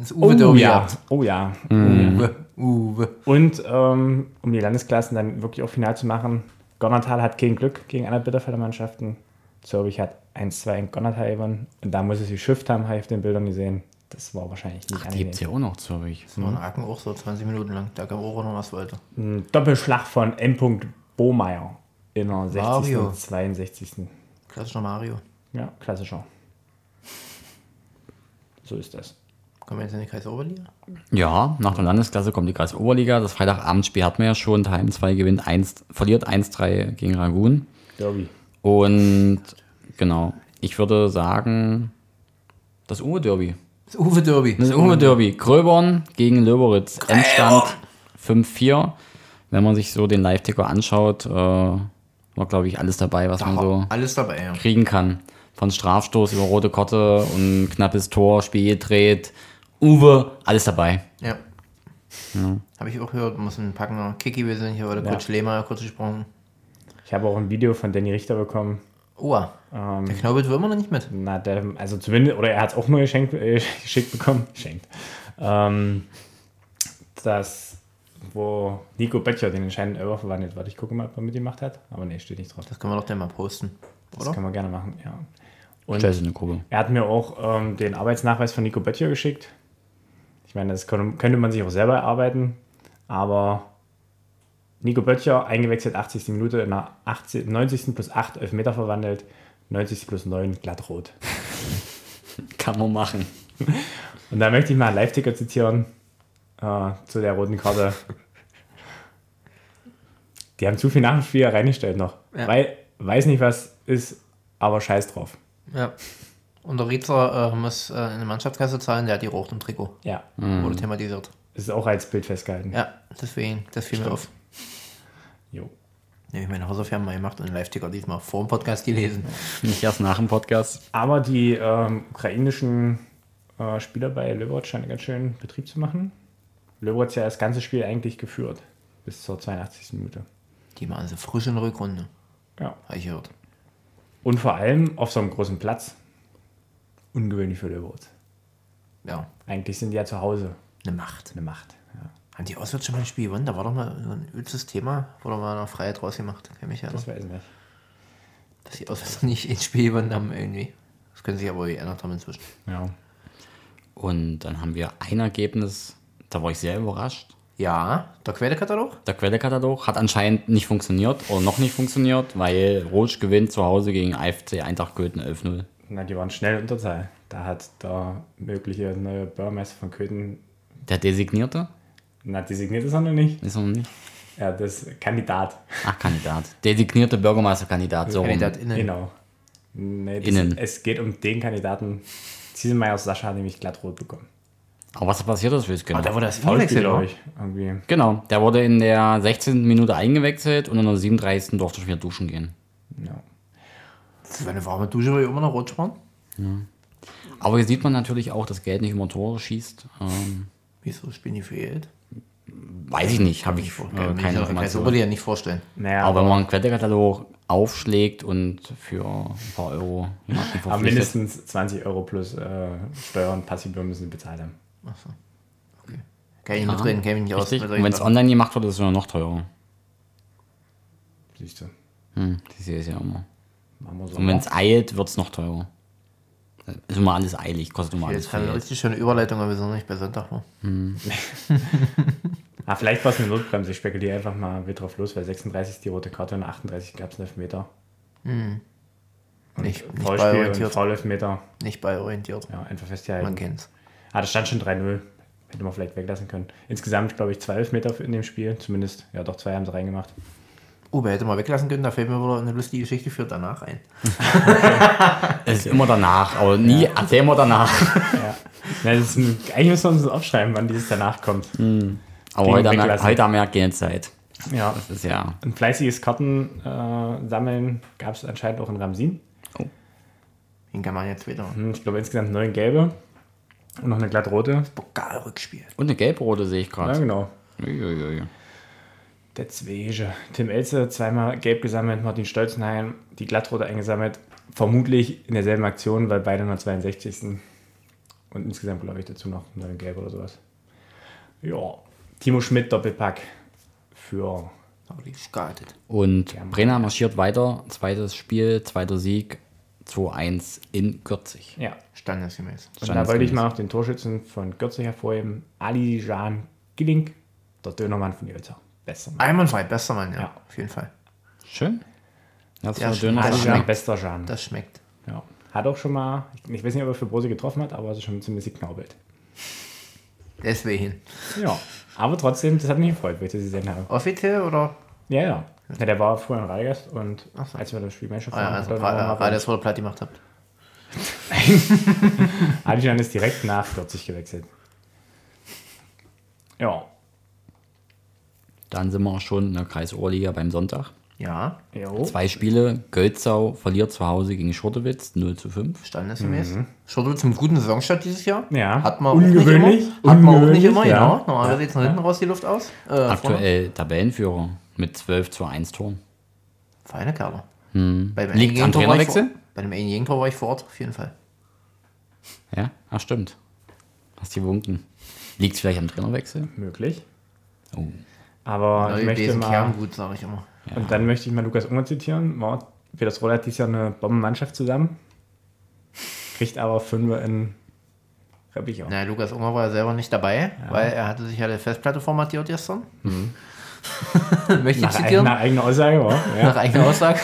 [SPEAKER 2] das
[SPEAKER 3] Ah. oh, ja.
[SPEAKER 2] Uwe-Derby gehabt.
[SPEAKER 3] oh ja.
[SPEAKER 2] Uwe, Uwe.
[SPEAKER 3] Und ähm, um die Landesklassen dann wirklich auch final zu machen, Gonnertal hat kein Glück gegen andere Bitterfelder Mannschaften. Zürich hat 1-2 in Gonnertal gewonnen. Und da muss es geschifft haben, habe ich auf den Bildern gesehen. Das war wahrscheinlich nicht
[SPEAKER 1] Ach, die gibt es
[SPEAKER 3] angenehm.
[SPEAKER 1] ja auch noch, Zürich.
[SPEAKER 2] Und Aken auch so 20 Minuten lang. Da kam auch noch was weiter.
[SPEAKER 3] Ein Doppelschlag von M. Bohmeier in der 60.
[SPEAKER 2] Mario.
[SPEAKER 3] und 62.
[SPEAKER 2] Klassischer Mario.
[SPEAKER 3] Ja, klassischer. So ist das.
[SPEAKER 2] Kommen wir jetzt in die Kreisoberliga?
[SPEAKER 1] Ja, nach der Landesklasse kommt die Kreisoberliga. Das Freitagabendspiel hatten wir ja schon. Heim 2 gewinnt 1, verliert 1-3 gegen Rangun.
[SPEAKER 3] Derby.
[SPEAKER 1] Und genau, ich würde sagen, das Uwe-Derby.
[SPEAKER 2] Das Uwe-Derby.
[SPEAKER 1] Das Uwe-Derby. Gröbern gegen Löberitz. Endstand 5-4. Wenn man sich so den Live-Ticker anschaut, äh, war, glaube ich, alles dabei, was man so
[SPEAKER 2] Alles dabei, ja.
[SPEAKER 1] kriegen kann. Von Strafstoß über rote Kotte und knappes Tor, Spiel dreht. Uwe, alles dabei.
[SPEAKER 2] ja. Habe ich auch gehört, muss ein Packen. Kiki, wir sind hier, oder
[SPEAKER 3] Ja.
[SPEAKER 2] Coach Lehmer kurz gesprochen.
[SPEAKER 3] Ich habe auch ein Video von Danny Richter bekommen.
[SPEAKER 2] Oha,
[SPEAKER 3] Ähm.
[SPEAKER 2] der Knaubelt will immer noch nicht mit.
[SPEAKER 3] Na, der, also zumindest, oder er hat es auch nur geschenkt, äh, geschickt bekommen, geschenkt. Ähm, das, wo Nico Böttcher den entscheidenden Elber verwandelt wird. Ich gucke mal, ob er mitgemacht hat. Aber nee, steht nicht drauf.
[SPEAKER 2] Das können wir doch dann mal posten,
[SPEAKER 3] Das
[SPEAKER 2] oder?
[SPEAKER 3] können wir gerne machen, ja. Und
[SPEAKER 1] Stellst du eine Gruppe.
[SPEAKER 3] er hat mir auch ähm, den Arbeitsnachweis von Nico Böttcher geschickt. Ich meine, das könnte, könnte man sich auch selber erarbeiten, aber Nico Böttcher eingewechselt 80. Minute, in der 80, 90. plus 8 Elfmeter verwandelt, 90. plus 9 glatt rot.
[SPEAKER 1] Kann man machen.
[SPEAKER 3] Und da möchte ich mal einen Live-Ticker zitieren äh, zu der roten Karte. Die haben zu viel Nachspiel reingestellt noch.
[SPEAKER 2] Ja.
[SPEAKER 3] Weil, weiß nicht, was ist, aber scheiß drauf.
[SPEAKER 2] Ja. Und der Rietzer äh, muss äh, eine Mannschaftskasse zahlen, der hat die rot im Trikot.
[SPEAKER 3] Ja.
[SPEAKER 2] Wurde thematisiert.
[SPEAKER 3] Ist auch als Bild festgehalten.
[SPEAKER 2] Hm. Ja, deswegen, das fiel mir auf.
[SPEAKER 3] Jo.
[SPEAKER 2] Ja, ich meine Hausaufgaben mal gemacht und einen Live-Ticker diesmal vor dem Podcast gelesen.
[SPEAKER 1] Nicht erst nach dem Podcast.
[SPEAKER 3] Aber die ähm, ukrainischen äh, Spieler bei Löbert scheinen ganz schön Betrieb zu machen. Löbert ja das ganze Spiel eigentlich geführt. Bis zur 82. Minute.
[SPEAKER 2] Die waren also frisch in der Rückrunde,
[SPEAKER 3] Ja.
[SPEAKER 2] habe ich gehört.
[SPEAKER 3] Und vor allem auf so einem großen Platz. Ungewöhnlich für Löbert.
[SPEAKER 2] Ja,
[SPEAKER 3] Eigentlich sind die ja zu Hause
[SPEAKER 2] eine Macht.
[SPEAKER 3] eine Macht. Ja.
[SPEAKER 2] Haben die auswärts schon mal ein Spiel gewonnen? Da war doch mal so ein übles Thema, wurde mal noch Freiheit rausgemacht. Kann mich erinnern.
[SPEAKER 3] Das weiß ich nicht.
[SPEAKER 2] Dass die auswärts noch nicht ein Spiel gewonnen haben, irgendwie. Das können sich aber geändert haben inzwischen.
[SPEAKER 3] Ja.
[SPEAKER 1] Und dann haben wir ein Ergebnis, da war ich sehr überrascht.
[SPEAKER 2] Ja, der Quellekatalog?
[SPEAKER 1] Der Quellekatalog hat anscheinend nicht funktioniert oder noch nicht funktioniert, weil Roach gewinnt zu Hause gegen AFC Eintracht Köthen 11-0.
[SPEAKER 3] Na, die waren schnell in Unterzahl. Da hat der mögliche neue Bürgermeister von Köthen,
[SPEAKER 1] Der Designierte?
[SPEAKER 3] na, designiert ist er noch nicht.
[SPEAKER 1] Ist er noch nicht?
[SPEAKER 3] Ja, das Kandidat.
[SPEAKER 1] Ach, Kandidat. Designierte Bürgermeisterkandidat, so rum.
[SPEAKER 2] KandidatInnen.
[SPEAKER 3] Genau. Nee, das,
[SPEAKER 1] Innen.
[SPEAKER 3] Es geht um den Kandidaten. Ziesemeyer aus Sascha hat nämlich glatt rot bekommen.
[SPEAKER 1] Aber was da passiert ist, weiß ich genau.
[SPEAKER 2] Ah, da wurde das Foulwechsel,
[SPEAKER 3] Foulspiel, glaub
[SPEAKER 2] oder?
[SPEAKER 3] ich. Irgendwie.
[SPEAKER 1] Genau, der wurde in der 16. Minute eingewechselt und in der 37. durfte schon wieder duschen gehen.
[SPEAKER 3] Ja.
[SPEAKER 2] Das war eine warme Dusche, weil ich immer noch rot waren.
[SPEAKER 1] Aber hier sieht man natürlich auch, dass Geld nicht über Tore schießt. Ähm,
[SPEAKER 2] Wieso spielen die für Geld?
[SPEAKER 1] weiß ich nicht, habe ich
[SPEAKER 2] Kann
[SPEAKER 1] äh, keine
[SPEAKER 2] ich mir das
[SPEAKER 1] Information.
[SPEAKER 2] würde ich ja nicht vorstellen.
[SPEAKER 3] Naja,
[SPEAKER 1] Aber
[SPEAKER 3] aber,
[SPEAKER 1] wenn man einen Quellekatalog aufschlägt und für ein paar Euro jemanden
[SPEAKER 3] aber
[SPEAKER 1] verpflichtet,
[SPEAKER 3] mindestens 20 Euro plus äh, Steuer und Passivbürger müssen sie bezahlt haben.
[SPEAKER 2] Achso. Okay. Kann ich nicht mitreden, kann ich mich nicht aus.
[SPEAKER 1] richtig? Und
[SPEAKER 2] mit solchen
[SPEAKER 1] wenn es
[SPEAKER 2] Sachen.
[SPEAKER 1] online gemacht wird, ist es sogar noch teurer.
[SPEAKER 3] Siehst du.
[SPEAKER 1] Hm, das sehe ich ja immer.
[SPEAKER 3] Machen wir so.
[SPEAKER 1] Und wenn es eilt, wird es noch teurer. Ist immer alles eilig, kostet immer alles
[SPEAKER 2] Jetzt kann
[SPEAKER 1] viel
[SPEAKER 2] eine
[SPEAKER 1] Geld.
[SPEAKER 2] richtig schöne Überleitung, aber wir sind noch nicht bei Sonntag. ne? wo.
[SPEAKER 3] ah, vielleicht war es eine Notbremse. Ich spekuliere einfach mal wild drauf los, weil 36 ist die rote Karte und 38 gab es einen Elfmeter.
[SPEAKER 2] Nicht, nicht
[SPEAKER 3] Foulspiel und
[SPEAKER 2] ballorientiert.
[SPEAKER 3] Foul-Elfmeter.
[SPEAKER 2] Nicht ballorientiert.
[SPEAKER 3] Ja, einfach
[SPEAKER 2] Man
[SPEAKER 3] festgehalten.
[SPEAKER 2] kennt's.
[SPEAKER 3] Ah, das stand schon 3-0. Hätte man vielleicht weglassen können. Insgesamt, glaube ich, 12 Meter in dem Spiel. Zumindest, ja, doch zwei haben sie reingemacht.
[SPEAKER 2] Oh, wir hätten mal weglassen können, da fällt mir wieder eine lustige Geschichte für danach ein.
[SPEAKER 1] Es ist immer danach, aber nie, erzähl immer danach.
[SPEAKER 3] Ja, das ist ein, [laughs] eigentlich müssen wir uns das aufschreiben, wann dieses danach kommt.
[SPEAKER 1] Aber
[SPEAKER 3] Gegen
[SPEAKER 1] heute haben, wir,
[SPEAKER 3] weglassen.
[SPEAKER 1] heute haben wir ja Gehenzeit.
[SPEAKER 3] Ja.
[SPEAKER 1] Das ist ja
[SPEAKER 3] Ein fleißiges Kartensammeln äh, sammeln gab es anscheinend auch in Ramsin.
[SPEAKER 2] Den kann man jetzt wieder.
[SPEAKER 1] Mhm.
[SPEAKER 3] Hm, Ich glaube insgesamt neun gelbe und noch eine glatt rote.
[SPEAKER 2] Pokalrückspiel.
[SPEAKER 1] Und eine gelbrote sehe ich
[SPEAKER 3] Ja,
[SPEAKER 1] gerade.
[SPEAKER 3] genau.
[SPEAKER 1] Uiuiui.
[SPEAKER 3] Der Zwege. Tim Elze zweimal gelb gesammelt, Martin Stolzenheim die glattrote eingesammelt. Vermutlich in derselben Aktion, weil beide in der 62. Und insgesamt, glaube ich, dazu noch neun gelbe oder sowas. Ja. Timo Schmidt Doppelpack für
[SPEAKER 2] Aber die skatet.
[SPEAKER 1] Und Brenner marschiert weiter. Zweites Spiel, zweiter Sieg. 2-1 in Gürzig.
[SPEAKER 3] ja,
[SPEAKER 2] Standesgemäß.
[SPEAKER 3] Und da wollte ich mal noch den Torschützen von Gürzig hervorheben. Ali Jan Gilling, der Dönermann von Jölzer. Bester Mann.
[SPEAKER 2] Einwandfrei, bester Mann, ja.
[SPEAKER 3] Ja.
[SPEAKER 2] Auf jeden Fall.
[SPEAKER 1] Schön. Das
[SPEAKER 2] Ja,
[SPEAKER 1] war
[SPEAKER 2] schön.
[SPEAKER 1] Döner.
[SPEAKER 2] Also-
[SPEAKER 3] Ali
[SPEAKER 2] schmeckt.
[SPEAKER 3] Jan, bester Jan.
[SPEAKER 2] Das schmeckt.
[SPEAKER 3] Ja. Hat auch schon mal, ich weiß nicht, ob er für Brose getroffen hat, aber es ist schon ziemlich geknaubelt.
[SPEAKER 2] Deswegen.
[SPEAKER 3] Ja. Aber trotzdem, das hat mich gefreut, weil ich das gesehen habe.
[SPEAKER 2] Offiziell oder?
[SPEAKER 3] Ja, ja. ja der war früher ein Reihgast und
[SPEAKER 2] Ach so.
[SPEAKER 3] als wir das Spiel Mannschaft
[SPEAKER 2] Ah, ja,
[SPEAKER 3] haben,
[SPEAKER 2] also,
[SPEAKER 3] hat er noch mal
[SPEAKER 2] gerade das wurde platt gemacht habt.
[SPEAKER 3] Ali Jan ist direkt nach 40 gewechselt. Ja.
[SPEAKER 1] Dann sind wir auch schon in der Kreisoberliga beim Sonntag.
[SPEAKER 2] Ja,
[SPEAKER 3] Jo.
[SPEAKER 1] Zwei Spiele. Gölzau verliert zu Hause gegen Schurtewitz 0 zu 5.
[SPEAKER 2] standesgemäß. Schon zum guten Saisonstart dieses Jahr.
[SPEAKER 3] Mhm. Ja.
[SPEAKER 2] Hat man auch
[SPEAKER 3] Ungewöhnlich.
[SPEAKER 2] nicht immer. Hat man auch nicht
[SPEAKER 3] Ungewöhnlich,
[SPEAKER 2] immer,
[SPEAKER 3] ja.
[SPEAKER 2] genau. Normalerweise sieht es nach hinten raus die Luft aus. Äh, vorne.
[SPEAKER 1] Aktuell Tabellenführer mit 12 zu 1 Toren.
[SPEAKER 2] Feine Kerle. Bei dem
[SPEAKER 1] Liegt's am Hm.
[SPEAKER 2] einen Gegentor war ich
[SPEAKER 1] Trainerwechsel?
[SPEAKER 2] vor- Bei dem einen Gegentor war ich vor Ort, auf jeden Fall.
[SPEAKER 1] Ja, ach stimmt. Hast die Wunken. Liegt vielleicht am Trainerwechsel?
[SPEAKER 3] Möglich.
[SPEAKER 1] Oh.
[SPEAKER 3] Aber ich
[SPEAKER 2] Neue
[SPEAKER 3] möchte
[SPEAKER 2] Besen
[SPEAKER 3] mal
[SPEAKER 2] Kerngut, sage ich immer.
[SPEAKER 3] Und dann möchte ich mal Lukas Unger zitieren. Wow, Peters Roller hat halt dieses Jahr eine Bombenmannschaft zusammen. Kriegt aber fünf in Reppichau.
[SPEAKER 2] Na, Lukas Unger war ja selber nicht dabei, weil er hatte sich ja der Festplatte formatiert gestern.
[SPEAKER 1] Hm.
[SPEAKER 2] [laughs] Möchte ich
[SPEAKER 3] Nach,
[SPEAKER 2] zitieren,
[SPEAKER 3] eigener- eigener Aussage, wow.
[SPEAKER 2] [laughs] nach
[SPEAKER 3] Ja.
[SPEAKER 2] eigener Aussage.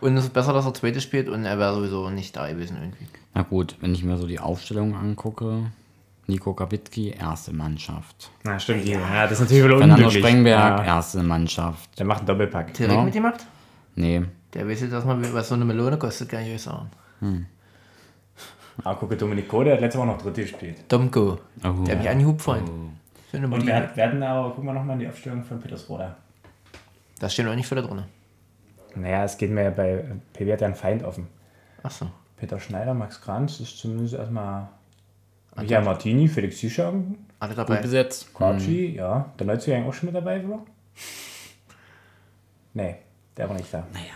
[SPEAKER 2] und es ist besser, dass er Zweite spielt und er wäre sowieso nicht da gewesen irgendwie.
[SPEAKER 1] Na gut, wenn ich mir so die Aufstellung angucke, Nico Kabitki, erste Mannschaft.
[SPEAKER 3] Na, stimmt. Ja. das ist natürlich wohl
[SPEAKER 1] Fernando
[SPEAKER 3] unglücklich.
[SPEAKER 1] Sprengberg,
[SPEAKER 3] Ja.
[SPEAKER 1] erste Mannschaft.
[SPEAKER 3] Der macht einen Doppelpack.
[SPEAKER 2] Direkt
[SPEAKER 1] Ja.
[SPEAKER 2] mitgemacht?
[SPEAKER 1] Nee,
[SPEAKER 2] Der weiß jetzt erstmal, wie- was so eine Melone kostet, kann ich euch sagen.
[SPEAKER 3] Ah, gucke, Dominik Kode hat letzte Woche noch dritte gespielt.
[SPEAKER 2] Domko.
[SPEAKER 1] Oh.
[SPEAKER 2] der hat mich angehubt vorhin. Schöne
[SPEAKER 3] Und
[SPEAKER 2] Melone.
[SPEAKER 3] wir hat- wir hatten aber, gucken wir nochmal in die Aufstellung von Petersroda.
[SPEAKER 2] Da stehen wir nicht wieder drin.
[SPEAKER 3] Naja, es geht mir ja bei PW hat ja einen Feind offen.
[SPEAKER 2] Achso.
[SPEAKER 3] Peter Schneider, Max Kranz ist zumindest erstmal. Ja, Martini, Felix Zieschang,
[SPEAKER 2] Alle
[SPEAKER 1] gut
[SPEAKER 2] dabei.
[SPEAKER 1] besetzt. Hm.
[SPEAKER 3] Quatschi, ja. Der Neuzugang auch schon mit dabei, [laughs] oder? Nee, der war nicht da.
[SPEAKER 1] Naja.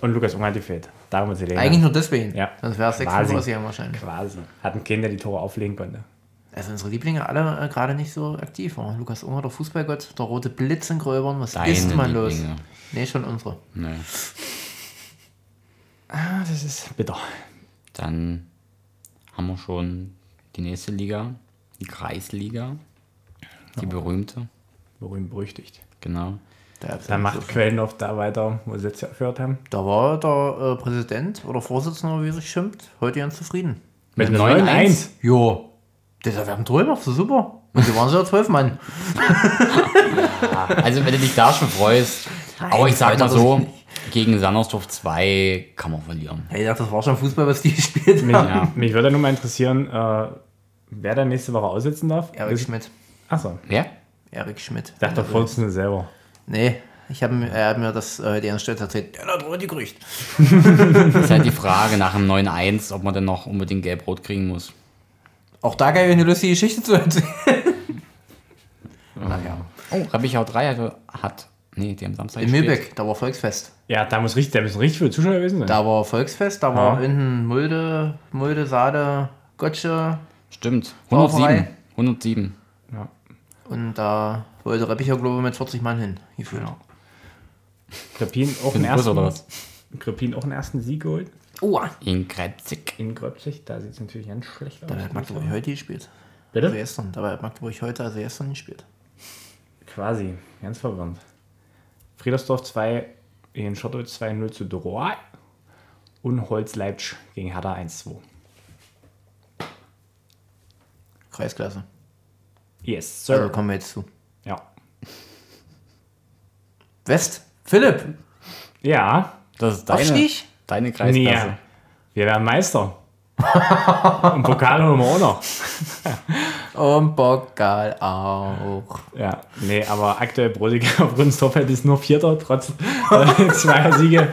[SPEAKER 3] Und Lukas Unger hat gefehlt. Darum ist sie länger.
[SPEAKER 2] Eigentlich nur deswegen.
[SPEAKER 3] Ja.
[SPEAKER 2] Sonst wäre es 6
[SPEAKER 3] Quasi.
[SPEAKER 2] Uhr haben wahrscheinlich.
[SPEAKER 3] Quasi. Hatten Kinder, die Tore auflegen konnte.
[SPEAKER 2] Also unsere Lieblinge alle äh, gerade nicht so aktiv. Oh, Lukas Unger, der Fußballgott, der rote Blitz in Gröbern. Was
[SPEAKER 1] Deine
[SPEAKER 2] ist mal los?
[SPEAKER 1] Lieblinge.
[SPEAKER 2] Nee, schon unsere.
[SPEAKER 1] Nee.
[SPEAKER 3] Ah, das ist bitter.
[SPEAKER 1] Dann haben wir schon die nächste Liga, die Kreisliga, die berühmte,
[SPEAKER 3] Berühmt berüchtigt.
[SPEAKER 1] genau.
[SPEAKER 2] Da,
[SPEAKER 3] Dann macht Quellendorf da weiter, wo sie jetzt aufgehört haben.
[SPEAKER 2] da war der äh, Präsident oder Vorsitzende, wie er sich schimpft, heute ganz zufrieden.
[SPEAKER 3] Mit,
[SPEAKER 1] einem
[SPEAKER 3] 9-1.
[SPEAKER 2] Jo. Das wir haben Träumer, so super. Und sie waren sogar zwölf Mann.
[SPEAKER 1] Also wenn du dich da schon freust, aber ich sag mal
[SPEAKER 2] kann man
[SPEAKER 1] so,
[SPEAKER 2] das
[SPEAKER 1] gegen Sandersdorf 2 kann man verlieren.
[SPEAKER 2] Ich dachte, das war schon Fußball, was die [laughs] gespielt haben.
[SPEAKER 3] Mich,
[SPEAKER 2] Ja,
[SPEAKER 3] mich würde nur mal interessieren, äh, wer da nächste Woche aussetzen darf.
[SPEAKER 2] Erik Schmidt.
[SPEAKER 3] Achso.
[SPEAKER 1] Ja?
[SPEAKER 2] Erik Schmidt.
[SPEAKER 3] Ich dachte, der Vorsitzende selber.
[SPEAKER 2] Nee, ich hab, mir- er hat mir das äh, die Anstalt erzählt. Ja, da droht die Gerücht.
[SPEAKER 1] Ist halt die Frage nach dem 9-1, ob man dann noch unbedingt gelb-rot kriegen muss.
[SPEAKER 2] Auch da kann ich eine lustige Geschichte zu erzählen.
[SPEAKER 3] [laughs]
[SPEAKER 1] Oh, Rebichau 3 hatte, hat, nee, die am Samstag
[SPEAKER 2] In Milbeck, da war Volksfest.
[SPEAKER 3] Ja, da muss richtig, da müssen richtig viele Zuschauer gewesen sein.
[SPEAKER 2] Da war Volksfest, da war
[SPEAKER 3] Ja.
[SPEAKER 2] hinten Mulde, Mulde, Sade, Gotsche
[SPEAKER 1] Stimmt,
[SPEAKER 2] Auch
[SPEAKER 1] 107,
[SPEAKER 2] frei.
[SPEAKER 1] 107.
[SPEAKER 2] und da wollte Reppicher, glaube ich, mit 40 Mann hin. Gefühlt.
[SPEAKER 3] Krepin auch
[SPEAKER 1] Für
[SPEAKER 3] einen
[SPEAKER 1] den Bus
[SPEAKER 3] ersten,
[SPEAKER 1] oder was?
[SPEAKER 3] Krepin auch einen ersten Sieg geholt.
[SPEAKER 2] Oh, ah.
[SPEAKER 1] In Kretzig.
[SPEAKER 3] In Gröbzig, da sieht es natürlich ganz schlecht aus.
[SPEAKER 2] dabei hat Magdeburg heute gespielt. Also
[SPEAKER 3] Bitte?
[SPEAKER 2] gestern. Dabei hat Magdeburg heute, also gestern gespielt.
[SPEAKER 3] Quasi, ganz verwirrend. Friedersdorf 2 gegen Schottau 2-0 zu Droy und Holzleipsch gegen Hertha 1-2.
[SPEAKER 2] Kreisklasse.
[SPEAKER 3] Yes,
[SPEAKER 2] Also
[SPEAKER 3] sir.
[SPEAKER 2] kommen wir jetzt zu.
[SPEAKER 3] Ja.
[SPEAKER 2] West, Philipp,
[SPEAKER 3] Ja,
[SPEAKER 1] Das ist deine,
[SPEAKER 2] Aufstieg?
[SPEAKER 1] deine
[SPEAKER 3] nee.
[SPEAKER 1] Kreisklasse.
[SPEAKER 3] Wir werden Meister. und Pokal holen wir auch noch.
[SPEAKER 2] Und Pokal auch.
[SPEAKER 3] Ja, nee, aber aktuell [laughs] Brosiger auf Runstorfeld ist nur Vierter, trotz [laughs] äh, zweier Siege.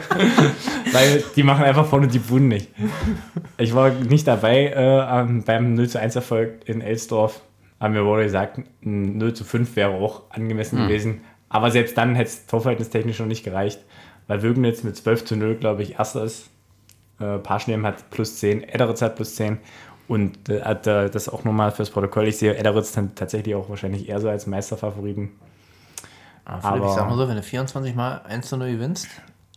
[SPEAKER 3] Weil die machen einfach vorne die Buden nicht. Ich war nicht dabei äh, am- beim 0 zu 1 Erfolg in Elsdorf. Aber mir wurde gesagt, ein 0 zu 5 wäre auch angemessen gewesen. Aber selbst dann hätte es torverhältnistechnisch noch nicht gereicht. Weil Würgen jetzt mit 12 zu 0, glaube ich, erster ist. Äh, Parschneem hat plus 10, Edderitz hat plus 10. Und äh, hat, äh, das auch nochmal fürs Protokoll. Ich sehe Edderitz dann tatsächlich auch wahrscheinlich eher so als Meisterfavoriten.
[SPEAKER 2] Aber Philipp, ich
[SPEAKER 3] Aber-
[SPEAKER 2] sag mal so, wenn du 24 mal 1 zu 0 gewinnst,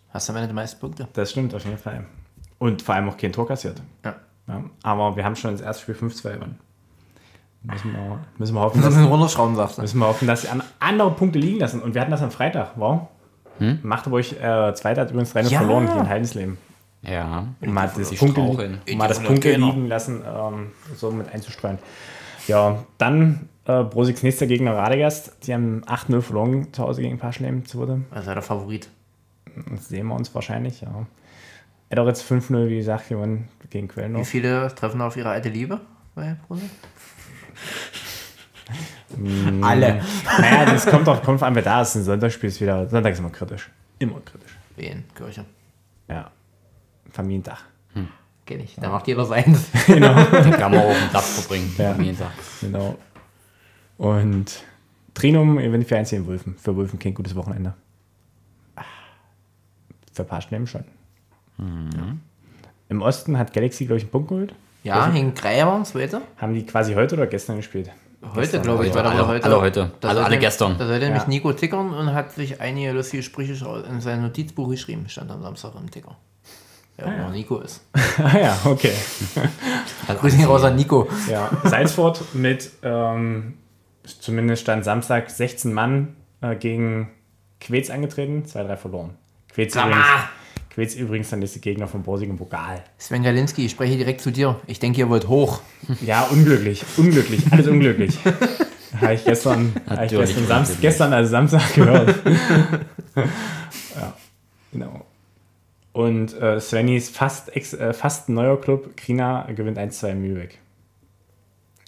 [SPEAKER 2] hast du am Ende die meisten Punkte.
[SPEAKER 3] Das stimmt auf jeden Fall. Und vor allem auch kein Tor kassiert.
[SPEAKER 2] Ja.
[SPEAKER 3] Ja, aber wir haben schon das erste Spiel 5-2 gewonnen. Müssen wir, müssen, wir hoffen,
[SPEAKER 2] Das
[SPEAKER 3] dass, [laughs]
[SPEAKER 2] ist ein Runderschrauben, sagst du.
[SPEAKER 3] müssen wir hoffen, dass sie an andere Punkte liegen lassen. Und wir hatten das am Freitag. Wow. Hm? Magdeburg äh, Zweiter hat übrigens 3
[SPEAKER 2] Ja.
[SPEAKER 3] verloren gegen Heidensleben.
[SPEAKER 1] Ja.
[SPEAKER 3] Um mal das
[SPEAKER 1] die
[SPEAKER 3] Punkte,
[SPEAKER 1] straucheln.
[SPEAKER 3] um mal das Punkte liegen lassen, ähm, so mit einzustreuen. Ja, dann äh, Brosigs nächster Gegner Radegast. Die haben 8-0 verloren zu Hause gegen Paschleben, zweite.
[SPEAKER 2] Also der Favorit.
[SPEAKER 3] Das sehen wir uns wahrscheinlich, ja. Edoritz 5-0, wie gesagt, gewonnen gegen Quellenhof.
[SPEAKER 2] Wie viele treffen auf ihre alte Liebe bei Brunel? Alle.
[SPEAKER 3] Mhm. Naja, das kommt auf Kampf an, wer da ist. Ein Sonntagsspiel ist wieder. Sonntag ist immer kritisch. Immer kritisch.
[SPEAKER 2] Wen? Kirche.
[SPEAKER 3] Ja. Familientag.
[SPEAKER 2] Kenn ich. Da macht jeder seins.
[SPEAKER 1] Den kann man auch auf den Platz verbringen.
[SPEAKER 3] Ja.
[SPEAKER 1] am Dienstag.
[SPEAKER 3] Genau. Und Trinum gewinnt 4 1 gegen Wulfen. Für Wulfen kein gutes Wochenende. Ah. Für Parschnehmen schon. Mhm. Im Osten hat Galaxy, glaube ich, einen Punkt geholt.
[SPEAKER 2] Ja, hing Greier, zweite.
[SPEAKER 3] Haben die quasi heute oder gestern gespielt?
[SPEAKER 2] Heute, glaube ich, war da
[SPEAKER 1] Alle-
[SPEAKER 2] wohl heute.
[SPEAKER 1] alle heute.
[SPEAKER 2] Da
[SPEAKER 1] Alle-
[SPEAKER 2] sollte
[SPEAKER 1] alle
[SPEAKER 2] nämlich-
[SPEAKER 1] gestern.
[SPEAKER 2] Da sollte nämlich
[SPEAKER 3] Ja.
[SPEAKER 2] Nico tickern und hat sich einige lustige Sprüche schon in sein Notizbuch geschrieben. Stand am Samstag im Ticker. Ja, wo Nico ist.
[SPEAKER 3] [laughs] Ah ja, okay.
[SPEAKER 1] Also
[SPEAKER 2] Grüße raus an Nico.
[SPEAKER 3] Ja, Salzfurt mit ähm, zumindest stand Samstag 16 Mann äh, gegen Quetz angetreten, 2-3 verloren. Quetz übrigens, Schweiz übrigens dann nächste Gegner vom Borsig im Pokal.
[SPEAKER 2] Sven Galinski, ich spreche direkt zu dir. Ich denke, ihr wollt hoch.
[SPEAKER 3] Ja, unglücklich, unglücklich, alles unglücklich. Habe ich gestern, habe ich
[SPEAKER 1] Natürlich
[SPEAKER 3] gestern, Samst,
[SPEAKER 1] unglücklich.
[SPEAKER 3] gestern also Samstag [laughs] gehört. ja, genau. Und äh, Svennys fast, ex, äh, fast neuer Club, Krina, gewinnt 1-2 in Mühlbeck.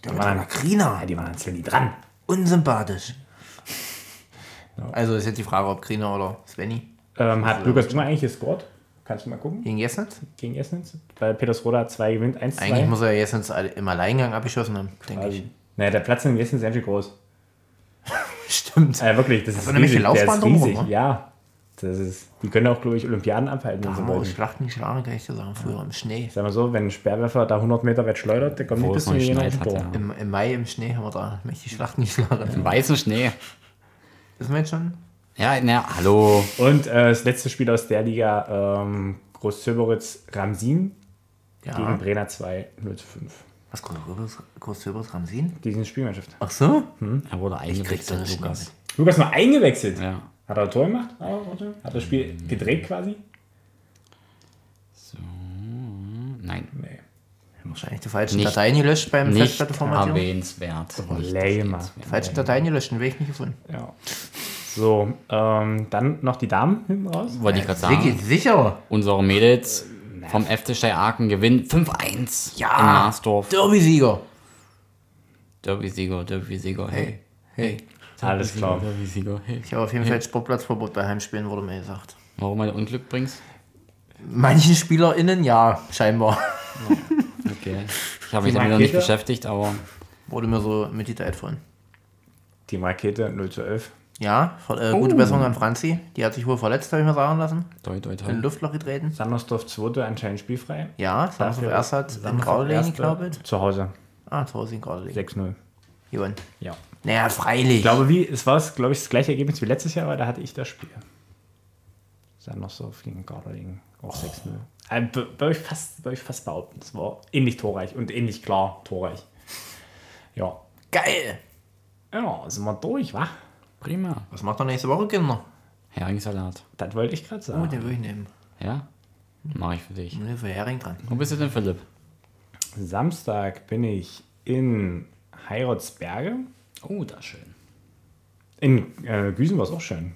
[SPEAKER 2] Der
[SPEAKER 3] Mann.
[SPEAKER 2] Krina.
[SPEAKER 3] Ja, die waren an Svenny dran.
[SPEAKER 2] Unsympathisch. Also ist jetzt die Frage, ob Krina oder Svenny.
[SPEAKER 3] Ähm, hat Lukas Unger eigentlich gescored? Kannst du mal gucken?
[SPEAKER 2] Gegen Jesnitz?
[SPEAKER 3] Gegen Essenz? Weil Peters Roda 2 gewinnt, 1-2.
[SPEAKER 2] Eigentlich muss er Jesnitz im Alleingang abgeschossen haben, denke
[SPEAKER 3] Also, Naja, der Platz in Essenz ist ganz schön groß.
[SPEAKER 2] ich. [laughs] Stimmt.
[SPEAKER 3] Ja, wirklich, das ist
[SPEAKER 2] eine
[SPEAKER 3] riesig.
[SPEAKER 2] richtige
[SPEAKER 3] Der ist
[SPEAKER 2] Laufbahn drumherum,
[SPEAKER 3] riesig,
[SPEAKER 2] ne?
[SPEAKER 3] ja. Das ist, die können auch, glaube ich, Olympiaden abhalten. wenn sie
[SPEAKER 2] Oh,
[SPEAKER 3] wollen.
[SPEAKER 2] Schlachten, die Schlagen, kann ich dir sagen. Früher im Schnee.
[SPEAKER 3] Ich sag mal so, wenn ein Sperrwerfer da 100 Meter weit schleudert, der kommt
[SPEAKER 1] Wo
[SPEAKER 3] nicht bis
[SPEAKER 1] es
[SPEAKER 3] zu
[SPEAKER 1] noch
[SPEAKER 3] mir
[SPEAKER 1] geschneit
[SPEAKER 3] nach
[SPEAKER 1] hat,
[SPEAKER 3] Tor.
[SPEAKER 1] ja.
[SPEAKER 2] Im, Im Mai im Schnee haben wir da mächtig Schlachten geschlagen.
[SPEAKER 1] Im weißen Schnee.
[SPEAKER 2] Wissen wir jetzt schon?
[SPEAKER 1] Ja, na, hallo.
[SPEAKER 3] Und äh, das letzte Spiel aus der Liga, ähm, Groß-Zöberitz Ramsin gegen
[SPEAKER 2] Ja.
[SPEAKER 3] Brenner 2, 0 zu 5.
[SPEAKER 2] Was, Groß- Groß-Zöbers Ramsin?
[SPEAKER 3] Die sind Spielmannschaft.
[SPEAKER 2] Ach so?
[SPEAKER 1] Er wurde eingewechselt,
[SPEAKER 2] nicht
[SPEAKER 1] Lukas.
[SPEAKER 3] Lukas mal eingewechselt.
[SPEAKER 1] Ja.
[SPEAKER 3] Hat er ein Tor gemacht? Hat das Spiel gedreht quasi?
[SPEAKER 1] So. Nein.
[SPEAKER 3] Nee.
[SPEAKER 2] Wahrscheinlich die falschen
[SPEAKER 1] Nicht-
[SPEAKER 2] Dateien gelöscht beim
[SPEAKER 1] Nicht
[SPEAKER 2] Festplattenformatieren.
[SPEAKER 1] erwähnenswert.
[SPEAKER 3] Oh,
[SPEAKER 1] Nicht
[SPEAKER 3] Lame.
[SPEAKER 2] Falsche Dateien gelöscht, den Weg nicht gefunden.
[SPEAKER 3] Ja. So, ähm, dann noch die Damen hinten raus.
[SPEAKER 1] Wollte ich gerade
[SPEAKER 2] Vicky,
[SPEAKER 1] sagen.
[SPEAKER 2] sicher.
[SPEAKER 1] Unsere Mädels vom FC Steyr-Aachen gewinnen 5-1
[SPEAKER 2] Ja.
[SPEAKER 1] in Marsdorf.
[SPEAKER 2] Derby-Sieger.
[SPEAKER 1] Derby-Sieger, Derby-Sieger, hey.
[SPEAKER 2] Hey.
[SPEAKER 3] Alles klar.
[SPEAKER 1] Derby-Sieger, hey.
[SPEAKER 2] Ich habe auf jeden Fall Sportplatzverbot bei Heimspielen, wurde mir gesagt.
[SPEAKER 1] Warum du Unglück bringst?
[SPEAKER 2] Manchen SpielerInnen ja, scheinbar.
[SPEAKER 1] Okay. Ich habe mich
[SPEAKER 3] Die
[SPEAKER 1] damit noch nicht
[SPEAKER 3] Rakete?
[SPEAKER 1] beschäftigt, aber
[SPEAKER 2] Wurde mir so mitgeteilt von.
[SPEAKER 3] Die Markete 0 zu 11.
[SPEAKER 2] Ja, ver- äh,
[SPEAKER 3] Oh.
[SPEAKER 2] gute Besserung an Franzi. Die hat sich wohl verletzt, habe ich mir sagen lassen.
[SPEAKER 1] toi, toi, toi.
[SPEAKER 2] In ein Luftloch getreten.
[SPEAKER 3] Sandersdorf 2. anscheinend spielfrei.
[SPEAKER 2] Ja, Samsung
[SPEAKER 3] Dafür
[SPEAKER 2] erst hat in
[SPEAKER 3] Samsung
[SPEAKER 2] Graulingen,
[SPEAKER 3] Erste
[SPEAKER 2] glaube ich.
[SPEAKER 3] Zu Hause.
[SPEAKER 2] Ah, zu Hause in Graulingen.
[SPEAKER 3] 6-0.
[SPEAKER 2] Johann.
[SPEAKER 3] Ja.
[SPEAKER 2] Naja, freilich.
[SPEAKER 3] Ich glaube, wie, es war, glaube ich, das gleiche Ergebnis wie letztes Jahr, aber da hatte ich das Spiel. Sandersdorf gegen Gardeling. Auch 6-0. Äh, be- Bei euch fast, bei euch fast behaupten. Es war ähnlich torreich und ähnlich klar torreich. Ja.
[SPEAKER 2] Geil.
[SPEAKER 3] Ja, sind wir durch, wa?
[SPEAKER 1] Prima.
[SPEAKER 2] Was macht er nächste Woche, Kinder?
[SPEAKER 1] Heringssalat.
[SPEAKER 3] Das wollte ich gerade
[SPEAKER 2] Oh,
[SPEAKER 3] sagen.
[SPEAKER 2] den würde ich nehmen.
[SPEAKER 1] Ja? Mach ich für dich.
[SPEAKER 2] Nur für Hering dran.
[SPEAKER 1] Wo bist du denn, Philipp?
[SPEAKER 3] Samstag bin ich in Heiratsberge.
[SPEAKER 1] Oh, das ist schön.
[SPEAKER 3] In äh, Güsen war es auch schön.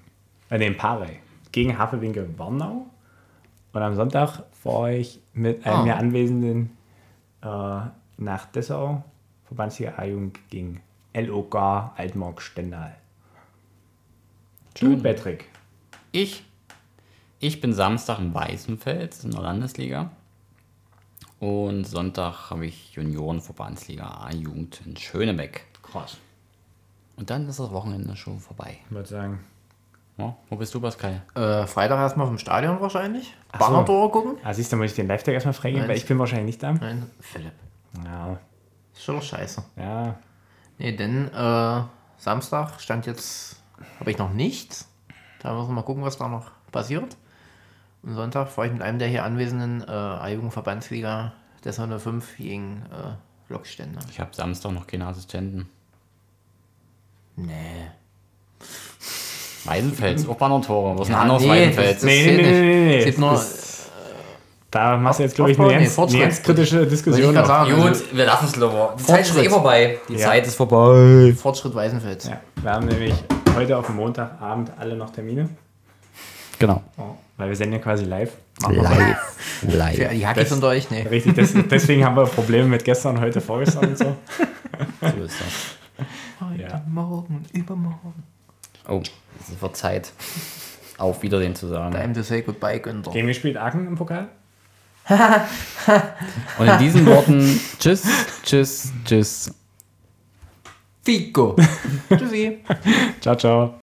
[SPEAKER 3] Äh, nee, in Parey. Gegen Hafewinkel Warnau. Und am Sonntag war ich mit einem
[SPEAKER 2] Ah.
[SPEAKER 3] der Anwesenden äh, nach Dessau, Verbandsliga A-Jugend gegen LOK Altmark Stendal. Du, Patrick.
[SPEAKER 1] Ich, ich bin Samstag in Weißenfels in der Landesliga. Und Sonntag habe ich Juniorenverbandsliga A-Jugend in Schönebeck.
[SPEAKER 3] Krass.
[SPEAKER 1] Und dann ist das Wochenende schon vorbei.
[SPEAKER 3] Ich würde sagen.
[SPEAKER 1] Ja, wo bist du, Pascal?
[SPEAKER 2] Äh, Freitag erstmal vom Stadion wahrscheinlich.
[SPEAKER 3] so.
[SPEAKER 2] Bannertore gucken.
[SPEAKER 3] Ah, siehst du, muss ich den Live-Tag erstmal freigeben, weil ich bin wahrscheinlich nicht da.
[SPEAKER 2] Nein, Philipp.
[SPEAKER 3] Ja.
[SPEAKER 2] Ist schon doch scheiße.
[SPEAKER 3] Ja.
[SPEAKER 2] Nee, denn äh, Samstag stand jetzt, habe ich noch nichts. Da müssen wir mal gucken, was da noch passiert. Und Sonntag fahre ich mit einem der hier anwesenden äh, A-Jugend-Verbandsliga Dessau 05 gegen äh, Lokständer.
[SPEAKER 1] Ich habe Samstag noch keine Assistenten.
[SPEAKER 2] Nee.
[SPEAKER 1] Weißenfels, auch Bannertore. Was ist ein
[SPEAKER 2] Ja,
[SPEAKER 1] anderes
[SPEAKER 2] Ah, nee,
[SPEAKER 1] Weißenfels?
[SPEAKER 2] das-
[SPEAKER 1] Nee.
[SPEAKER 2] Nee,
[SPEAKER 3] Nee, nee, nee, nee, nee.
[SPEAKER 2] Es gibt nur-
[SPEAKER 3] Das- da machst du jetzt, glaube ich, eine
[SPEAKER 2] Aufbau- nee,
[SPEAKER 3] ganz, eine
[SPEAKER 2] Fortschritt.
[SPEAKER 3] ganz kritische Diskussion.
[SPEAKER 2] grad
[SPEAKER 3] noch.
[SPEAKER 2] sagen.
[SPEAKER 1] Gut, wir lassen es lieber. Die Zeit ist eh
[SPEAKER 2] Fortschritt.
[SPEAKER 1] vorbei. Die
[SPEAKER 3] Ja.
[SPEAKER 1] Zeit ist vorbei.
[SPEAKER 2] Fortschritt Weißenfels.
[SPEAKER 3] Ja, wir haben nämlich heute auf dem Montagabend alle noch Termine,
[SPEAKER 1] Genau.
[SPEAKER 3] weil wir senden ja quasi live.
[SPEAKER 1] Live.
[SPEAKER 2] Ja,
[SPEAKER 1] Live.
[SPEAKER 2] die Hackis unter euch? Nee.
[SPEAKER 3] Richtig, des, [laughs] deswegen haben wir Probleme mit gestern, heute, vorgestern und so.
[SPEAKER 1] So ist das.
[SPEAKER 2] Heute
[SPEAKER 3] Ja.
[SPEAKER 2] Morgen und übermorgen.
[SPEAKER 1] Oh, es wird Zeit. Auf Wiedersehen zu sagen.
[SPEAKER 2] Time to say goodbye, Günther.
[SPEAKER 3] Gegen wen spielt Aachen im Pokal?
[SPEAKER 1] Und in diesen Worten, tschüss, tschüss, tschüss.
[SPEAKER 3] [laughs]
[SPEAKER 2] Fico. Tschüssi.
[SPEAKER 3] Ciao, ciao.